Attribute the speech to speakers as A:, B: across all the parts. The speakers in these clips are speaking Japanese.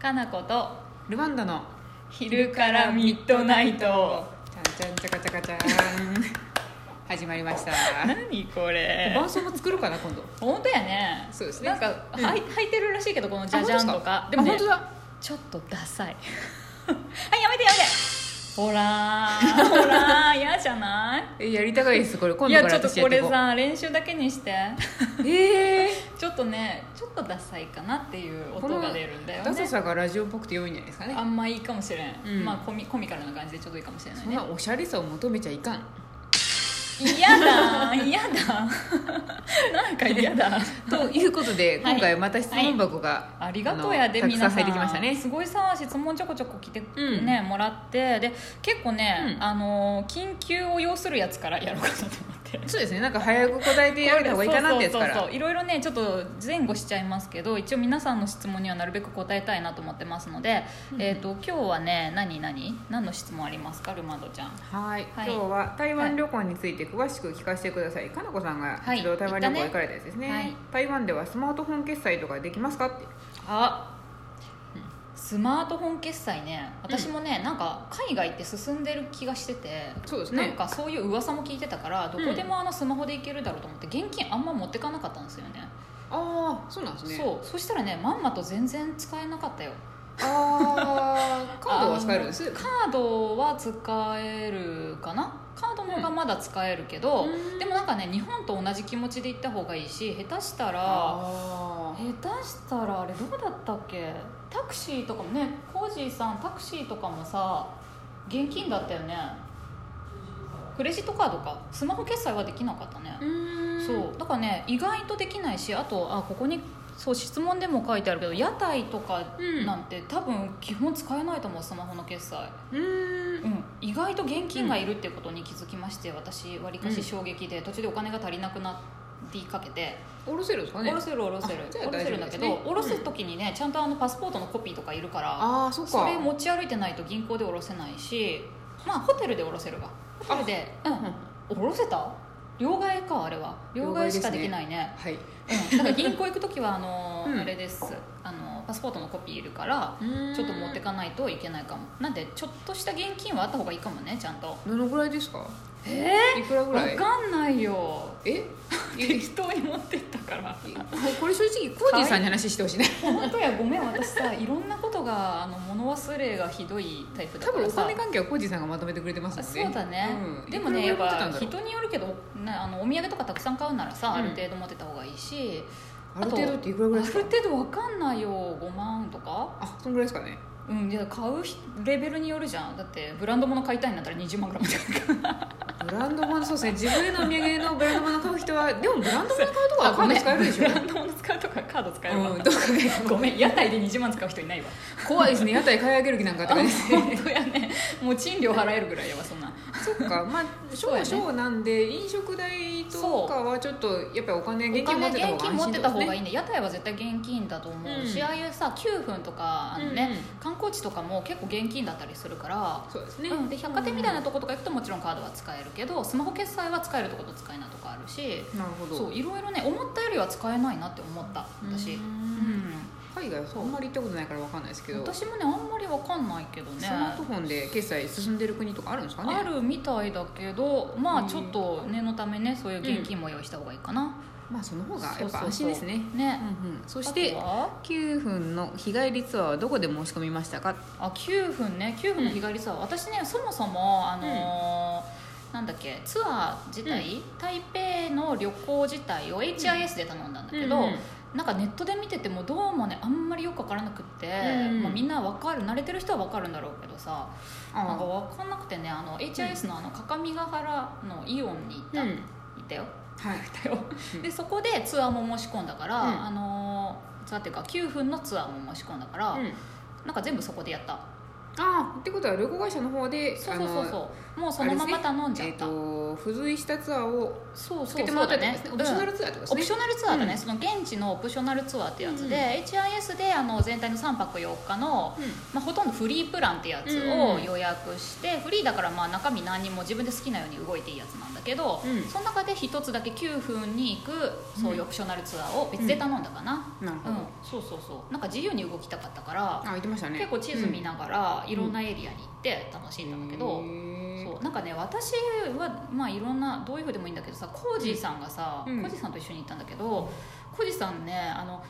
A: かなこと
B: ルワンダの
A: 昼からミッドナイト
B: ちゃんちゃんちゃかちゃかちゃーん始まりま した
A: 何これ
B: 伴奏も作ろうかな今度
A: 本当やね
B: そうですね
A: なんか、
B: うん
A: はい履いてるらしいけどこのジャジャンとか
B: あ
A: でも、ね、
B: 本当だ
A: ちょっとダサい はいやめてやめてほらーほらー嫌じゃない
B: えやりたがいですこれ今
A: い
B: 度か
A: や
B: ら
A: ちょっと
B: 私や
A: こ
B: ってい
A: れ
B: こう
A: さ練習だけにして
B: え
A: ちょっとねちょっとダサいかなっていう
B: ー、
A: 音が出るんだよ
B: このダサ
A: ね
B: さがラジオっぽくて良いんじゃないですかね
A: あんまいいかもしれん、
B: うん
A: まあコミコミカルな感じでちょうどいいかもしれない
B: そ ん
A: ね
B: なおしゃれさを求めちゃいかん
A: 嫌だ嫌だ なんか嫌だ
B: ということで
A: はい
B: 今回また質問箱が、
A: ありがとうやで
B: あのた
A: 皆
B: くさん
A: さ
B: 入
A: ん
B: ってきましたね
A: すごいさ質問ちょこちょこ来て、
B: うん
A: ねもらってで結構ね、
B: うん
A: あの緊急を要するやつからやろうかなと思って。
B: そうですねなんか早く答えてやめた方がいいかなってやつか
A: そうそうそう
B: ら
A: そういろいろねちょっと前後しちゃいますけど一応皆さんの質問にはなるべく答えたいなと思ってますので、
B: うん
A: えっ、と今日はね何何何の質問ありますかルマンドちゃん
B: はい、
A: はい
B: 今日は台湾旅行について詳しく聞かせてください、かなこさんが
A: はい
B: 一度台湾旅行行かれたやつですね,、
A: 行ったねはい
B: 台湾ではスマートフォン決済とかできますかって
A: あスマートフォン決済ね私もね、なんか海外って進んでる気がしてて
B: そうです
A: なんかそういう噂も聞いてたからどこでもあのスマホでいけるだろうと思って現金あんま持ってかなかったんですよね
B: ああそうなんですね
A: そうそしたらねまんまと全然使えなかったよ
B: ああカードは使えるんです
A: あのカードは使えるかなカードの方がまだ使えるけど、
B: うん
A: でもなんかね日本と同じ気持ちで行った方がいいし下手したら
B: あー
A: 下手したらあれどうだったっけタクシーとかもねコージーさんタクシーとかもさ現金だったよねクレジットカードかスマホ決済はできなかったね、そうだからね意外とできないしあとあここにそう質問でも書いてあるけど屋台とか
B: うん
A: なんて、多分基本使えないと思うスマホの決済、
B: うーん
A: うん、意外と現金がいるってことに気づきまして私わりかし衝撃で、途中でお金が足りなくなりかけて
B: おろせるんですか
A: お
B: ね
A: ろせるおろせる
B: あじゃあ
A: おろせるんだけど、
B: 大丈夫ですね
A: おろす時にねちゃんとあのパスポートのコピーとかいるから
B: ああそっか
A: それ持ち歩いてないと銀行でおろせないしまあホテルでおろせるわホテルでうん
B: うん
A: おろせた両替かあれは両替しかできないね
B: はい
A: うん、だから銀行行く時はあのー、
B: うん
A: あれですあのーパスポートのコピーいるから
B: ち
A: ちょっと持ってかないといけないかもなんでちょっとした現金はあった方がいいかもねちゃんと
B: どのぐらいですか
A: え
B: いくらぐら
A: 分
B: い
A: かんないよ
B: えい
A: 適当に持ってったから
B: これ正直コージーさんに話してほしいね
A: 本当やごめん私さいろんなことがあの物忘れがひどいタイプだ
B: 多
A: か
B: 分
A: ら
B: お
A: さ
B: 金関係はコージーさんがまとめてくれてますもんね
A: そうだね、
B: うん
A: でもねやっ
B: いくらぐらい持ってたん
A: ぱ
B: だろう
A: 人によるけどねあのお土産とかたくさん買うならさ、
B: うん
A: ある程度持ってた方がいいし
B: ある程度っていくらぐらい
A: あ
B: です
A: る
B: か
A: 程度わかんないよ5万とか
B: あそのぐらいですかね
A: うんいや買うひレベルによるじゃんだってブランド物買いたいんだったら20万ぐらいみたいな
B: ブランド物そうですね自分へのお土産のブランド物買う人はでもブランド物買うとこはカード使えるでしょ
A: ブランド物使うとかカード使えるわ、
B: うんどっかで
A: ごめん 屋台で20万使う人いない わ
B: 怖いですね屋台買い上げる気なんかとかね
A: 本当やねもう賃料払えるぐらいやわそんな
B: そっかまあ
A: そ
B: 小
A: うや
B: は
A: ね
B: 小なんで、飲食代とかはちょっとやっぱりお金現金持ってた方
A: お
B: が
A: 金現金持ってた方がい
B: い
A: いね屋台は絶対現金だと思うし、
B: うん
A: ああいうさ9分とかあのね、
B: うんうん
A: 観光地とかも結構現金だったりするから
B: そうですね、
A: うん、で百貨店みたい
B: な、
A: なとことか行くともちろんカードは使えるけどスマホ決済は使えるとこと使えないとこあるし
B: なるほど
A: そういろいろね思ったよりは使えないなって思った私
B: う
A: うん
B: ん海外はあんまり行ったことないからわかんないですけど、
A: 私もねあんまりわかんないけどね
B: スマートフォンで決済進んでる国とかあるんですかね
A: あるみたいだけどま
B: う
A: あ
B: ん
A: ちょっと念のためねそういう現金も用意した方がいいかな、
B: まあその方がやっぱ
A: そうそうそう
B: 安心ですね
A: ね
B: うんうん
A: そ
B: そして
A: あ
B: 9分の日帰りツアーはどこで申し込みましたか
A: 9分ね9分の日帰りツアー、私ねそもそもあのーなんだっけツアー自体、台北の旅行自体を HIS で頼んだんだけど、
B: うんうん
A: なんかネットで見ててもどうもねあんまりよく分からなくって、
B: うん
A: まあ、みんなわかる慣れてる人はわかるんだろうけどさなんか
B: あ
A: 分かんなくてねあの HIS のあの各務原のイオンに行った,、
B: あうん
A: 行ったよ
B: はい
A: 行ったよ
B: うん
A: でそこでツアーも申し込んだから、
B: うん
A: あのーツアーっていうか9分のツアーも申し込んだから、
B: うん
A: なんか全部そこでやった
B: ああってことは旅行会社の方で
A: そうそうそう
B: あの
A: そうもうそのまま頼んじゃった、
B: あれですねえー、と付随したツアーを
A: そう
B: つ
A: そ
B: け
A: う
B: て
A: そ
B: もら
A: う
B: った
A: だ
B: り
A: ね
B: ですねオプショナルツアーってこと
A: オプ
B: です
A: シ
B: ね
A: ョナルツアーだね、
B: うん
A: その現地のオプショナルツアーってやつで、
B: うん
A: HIS であの全体の3泊4日の、まあ、ほとんどフリープランってやつを予約して、フリーだからまあ中身何人も自分で好きなように動いていいやつなんだけど、
B: うん
A: その中で1つだけ9分に行くそういうオプショナルツアーを別で頼んだかな、
B: うんなる
A: う
B: ほ
A: ん
B: ど、
A: そうそうそうなんか自由に動きたかったから
B: あ言ってましたね
A: 結構地図見
B: な
A: ながらいろんなエリアに行って楽しんだんだけど、そうなんかね私はまあいろんなどういうふうでもいいんだけどさコージーさんがさ、
B: うん
A: コージーさんと一緒に行ったんだけどコージーさんねあの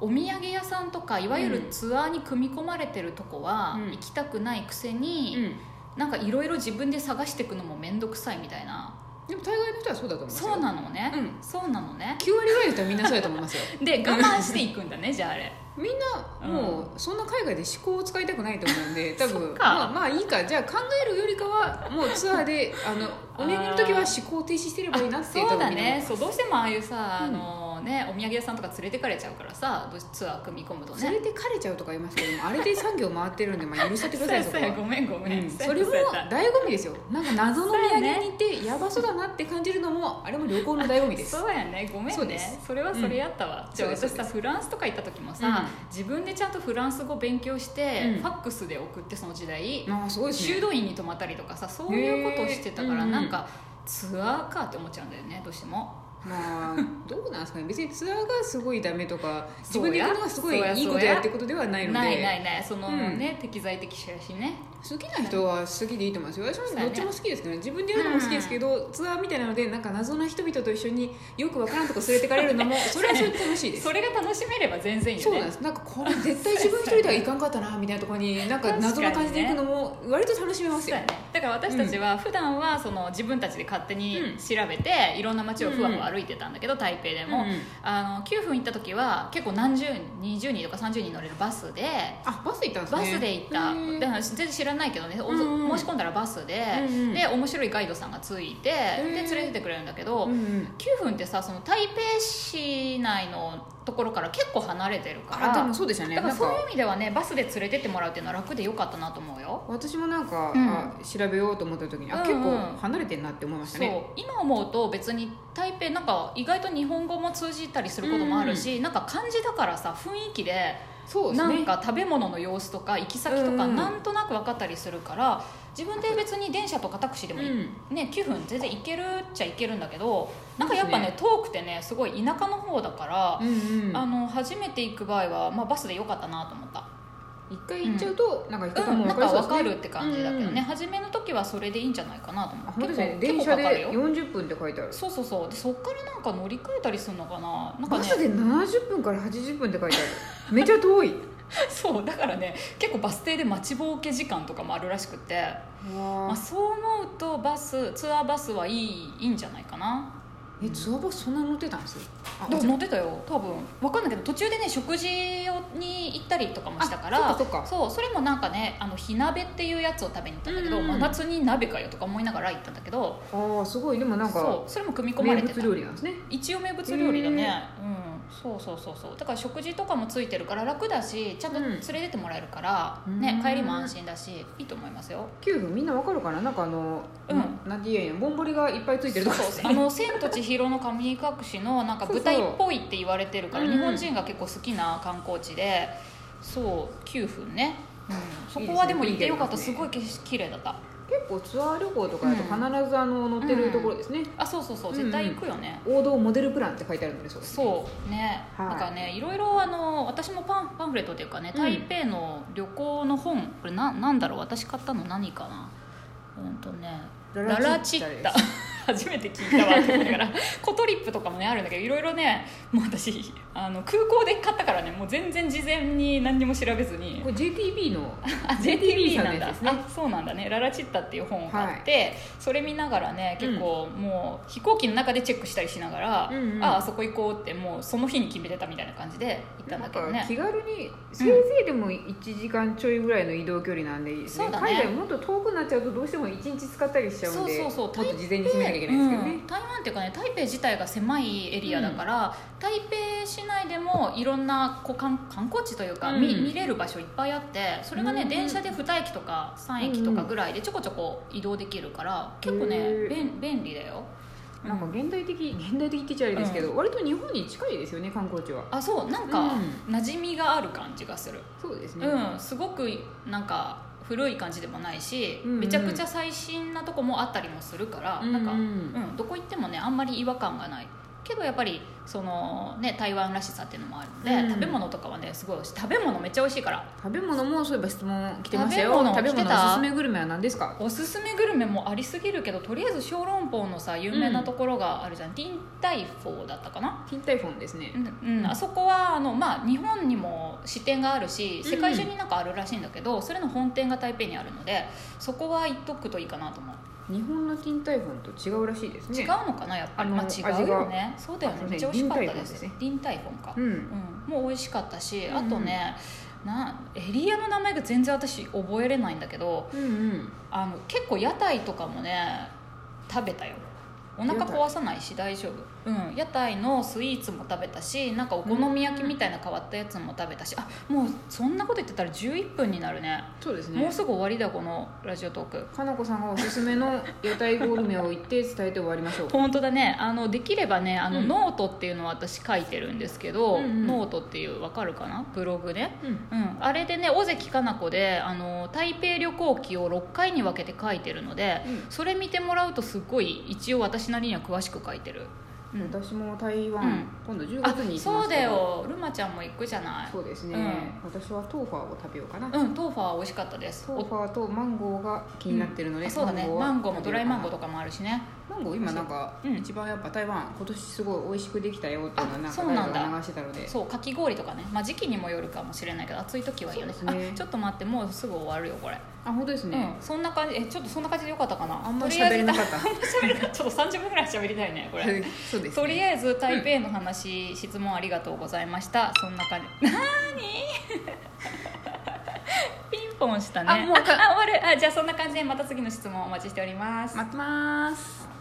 A: お土産屋さんとかいわゆる
B: うん
A: ツアーに組み込まれてるとこは
B: うん
A: 行きたくないくせに、
B: ん、
A: なんかいろいろ自分で探していくのも面倒くさいみたいな
B: でも大概の人はそうだと思いますよ
A: そうなのね、
B: うん
A: そうなのね
B: 9割ぐらいの人はみんなそうだと思いますよ
A: で我慢していくんだねじゃああれ
B: みんなもうそんな海外で思考を使いたくないと思う んで多
A: そっ
B: 分
A: か
B: まあまあいいかじゃあ考えるよりかはもうツアーであのお土産の時は思考停止してればいいなっていう
A: そうだ
B: 多分みんな
A: ねそうどうしてもああいうさ、
B: うん
A: あのね、お土産屋さんとか連れてかれちゃうからさどうしツアー組み込むとね
B: 連れてかれちゃうとか言いますけどもあれで産業回ってるんで、まあ、許しちゃってくださいそ
A: そう
B: こ
A: やそうや
B: は。
A: ごめんごめん、
B: うん
A: そうや
B: それも
A: そうや
B: 醍醐味ですよなんか謎のお土産に行ってやばそうだなって感じるのもあれも旅行の醍醐味です
A: そうやねごめ
B: そ
A: ん
B: うで
A: ね
B: す
A: それはそれやったわ、
B: うん
A: じゃあ
B: そうで
A: 私
B: す
A: さフランスとか行った時もさ、自分でちゃんとフランス語勉強して、
B: うん
A: ファックスで送ってその時代、
B: まあすごいですね
A: 修道院に泊まったりとかさそういうことをしてたから、
B: へー
A: なんかツアーかって思っちゃうんだよねどうしても
B: まあどうなんですかね別にツアーがすごいダメとか自
A: そうや
B: 分で行くのがすごい
A: そうや
B: いいこと
A: そうや
B: やってことではないので
A: ないないないその
B: うん
A: ね、適材適所やしね
B: 好きな人は好きでいいと思いますよ私
A: そう
B: も
A: やね
B: どっちも好きですけどね自分でやるのも好きですけど、ツアーみたいなのでなんか謎な人々と一緒によくわからんとこ連れてかれるの もそれはそれで楽しいです
A: それが楽しめれば全然いいよ
B: そう
A: ね
B: なんですなんかこれ絶対自分一人ではいかんかったなみたいなとこ ろになんか謎な感じで行くのも割と楽しめます
A: そう
B: よ
A: やねだから私たちは普段はその自分たちで勝手に
B: うん
A: 調べていろんな街をふわふわ歩いてたんだけど台北でも、
B: うんうん
A: あの9分行った時は結構何十人20人とか30人乗れるバスで
B: あバスで行ったんです
A: バ
B: ね
A: スで行った、
B: へー
A: だから全然知らないけどね、お
B: うんうん
A: 申し込んだらバスで、
B: うんうん
A: で面白いガイドさんがついて、で連れてってくれるんだけど、
B: うんうん
A: 9分ってさその台北市内のところから結構離れてるから
B: あでもそうでしたね
A: だから
B: なん
A: そうい
B: か
A: う意味ではねバスで連れてってもらうっていうのは楽でよかったなと思うよ
B: 私もなんか、
A: うん
B: あ調べようと思った時にあ、
A: うんうん
B: 結構離れてんなって思いました
A: そう
B: ね
A: 今思うと別に台北なんか意外と日本語も通じたりすることもあるし、なんか漢字だからさ雰囲気で
B: そうです
A: な
B: ね
A: んか食べ物の様子とか行き先とか
B: うんうん
A: なんとなく分かったりするから自分で別に電車とかタクシーでもい、
B: う
A: ね、9分全然行けるっちゃ行けるんだけどなんかやっぱね
B: そう
A: 遠くてねすごい田舎の方だから、
B: うんうん
A: あの初めて行く場合は、まあ、バスでよかったなと思った。
B: 一回行っちゃうと、なんか行く
A: うん、なんか
B: そ
A: 分
B: うです
A: か
B: ね
A: るって感じだけどね、
B: うん
A: 初めの時はそれでいいんじゃないかなと思
B: あ
A: って
B: 本当ですね
A: 結構
B: 電車
A: 結構かかる
B: で
A: よ
B: 40分って書いてある
A: そうそうそうでそっからなんか乗り換えたりするのかななんか
B: バス
A: ね
B: で70分から80分って書いてあるめ ちゃ遠い
A: そうだからね結構バス停で待ちぼうけ時間とかもあるらしくて、まあ、
B: わあ
A: そう思うとバスツアーバスはいいいいんじゃないかな
B: えツアーバスそんな乗ってたんですあ
A: でも乗ってたよ多分分かんないけど途中でね食事に行ったりとかもしたから
B: あそっかそっか
A: そうそれもなんかねあの火鍋っていうやつを食べに行ったんだけど、
B: うん
A: 真夏に鍋かよとか思いながら行ったんだけど
B: あーすごいでもなんか
A: そうそれも組み込まれ
B: 名
A: てた
B: 物料理なんですね
A: 一応名物料理だね、うん、そうそうそうそうだから食事とかもついてるから楽だしちゃんと
B: うん
A: 連れてってもらえるから、
B: うん
A: ね、帰りも安心だしいいと思いますよ
B: 9分みんなわかるかななんかあの、
A: うん
B: ななんて言えんやぼんぼりがいっぱいついてるとか
A: そうそう あの「千と千尋の神隠し」のなんか舞台っぽいって言われてるから
B: そうそう
A: 日本人が結構好きな観光地でそう9分ね、うん、そ
B: いいです
A: こ
B: ね
A: はでも行ってよかった
B: いいです
A: す
B: ね
A: ごい景色綺麗だった
B: 結構ツアー旅行とかだと必ずあの乗ってるところですね、
A: あそうそうそう
B: うん
A: 絶対行くよね、
B: 王道モデルプランって書いてあるんでそうです
A: そうね、
B: はい
A: だからねいろいろあの私もパンパンフレットっていうかね
B: うん
A: 台北の旅行の本、これななんだろう私買ったの何かなうんとね
B: ラ
A: ラ
B: ラ
A: ラチ
B: チッタ
A: ッタ初めて聞いたわって思いながらコトリップとかもねあるんだけどいろいろねもう私あの空港で買ったからねもう全然事前に何にも調べずに
B: これ JTB の
A: あ JTB なんだ
B: さんのやつですね
A: あそうなんだね「ララチッタ」っていう本を買って、それ見ながらね結構もう飛行機の中でチェックしたりしながら、
B: うんうん
A: ああそこ行こうってもうその日に決めてたみたいな感じで行ったんだ
B: なん
A: けど
B: か
A: ね
B: 気軽にせいぜいでも1時間ちょいぐらいの移動距離なんでいいですね
A: そうだね
B: 海外もっと遠くなっちゃうとどうしても1日使ったりしちゃうんで
A: そうそうそう
B: もっと事前に決めないといけないですけどね、
A: うん台湾っていうかね台北自体が狭いエリアだから、台北市内でもいろんなこう観観光地というか、
B: うん
A: 見見れる場所いっぱいあってそれがね、
B: うん
A: 電車で2駅とか3駅とかぐらいでちょこちょこ移動できるから結構ね
B: へー
A: 便便利だよ
B: なんか現代的現代的って言っちゃあれですけど、割と日本に近いですよね観光地は
A: あそうなんか、馴染みがある感じがする、
B: そうですね、
A: うん、すごくなんか古い感じでもないし、
B: うんうん
A: めちゃくちゃ最新なとこもあったりもするから、なんか、
B: う
A: うん、どこ行ってもねあんまり違和感がないけどやっぱりその、ね、台湾らしさっていうのもあるので、
B: うん
A: 食べ物とかはねすごい美味しい食べ物めっちゃ美味しいから
B: 食べ物もそういえば質問来てましたよ
A: 食べ物
B: 食べ
A: 来て
B: 物
A: た
B: のおすすめグルメは何ですか
A: おすすめグルメもありすぎるけどとりあえず小籠包のさ有名なところがあるじゃん、ティンタイフォーだったかな
B: ティンタイフォンですね
A: う、ん、うんあそこはあの、まあ、日本にも支店があるし
B: うん
A: 世界中になんかあるらしいんだけど、それの本店が台北にあるのでそこは行っとくといいかなと思う、
B: 日本のティンタイフォンと違うらしいですね
A: 違うのかなやっぱり、
B: あの
A: まあ、違うよねそうだよ
B: あそ
A: ねめ
B: うね
A: っちゃ美味しかったで
B: リンタイフォンですすね
A: リンタイフォンか
B: うん
A: うん、もう美味しかったし、
B: うん
A: あとねなエリアの名前が全然私覚えれないんだけど
B: うんうん
A: あの結構屋台とかもね食べたよお腹壊さないし大丈夫、うん、屋台のスイーツも食べたしなんかお好み焼きみたいな変わったやつも食べたしあもうそんなこと言ってたら11分になるね
B: そうです
A: もう
B: ね
A: すぐ終わりだこのラジオトーク
B: かなこさんがおすすめの屋台グルメを言って伝えて終わりましょう
A: 本当だねあのできればねあの、
B: うん
A: ノートっていうのを私書いてるんですけど、
B: うんうん
A: ノートっていうわかるかなブログで
B: うん
A: うん、あれでね尾関かな子であの台北旅行記を6回に分けて書いてるので、
B: うん
A: それ見てもらうとすごい一応私なりには詳しく書いてる、うん
B: 私も台湾、
A: うん
B: 今度10
A: あ
B: 月に行きま
A: そ
B: す
A: うだよルマちゃんも行くじゃない
B: そうですね、
A: う
B: 私はトーファーを食べようかな、
A: うんトーファーは美味しかったです
B: トーファーとマンゴーが気になってるので、
A: うんあそうだね
B: は
A: マンゴーもドライマンゴー
B: 食
A: とかもあるしね
B: べようかなマンゴー今なんか、
A: うん
B: 一番やっぱ台湾今年すごい美味しくできたよっていうのを
A: あ
B: なん
A: そ
B: か
A: うなんだ
B: 誰かが流してたので
A: そうかき氷とかね、まあ、時期にもよるかもしれないけど暑い時はいいよね
B: そうですね
A: あちょっと待ってもうすぐ終わるよこれ、
B: あ本当ですね、
A: うんそんな感じえちょっとそんな感じでよかったかな
B: あんまり
A: とりあえ
B: 喋
A: ず
B: れなかった
A: あんまり喋れなかったちょっと30分ぐらい 喋りたいね これ
B: そうです、ね、
A: とりあえず台北の話、質問ありがとうございましたそんな感 じなーにピンポンしたね
B: あもうか
A: あ終わるあじゃあそんな感じでまた次の質問お待ちしております
B: 待ってます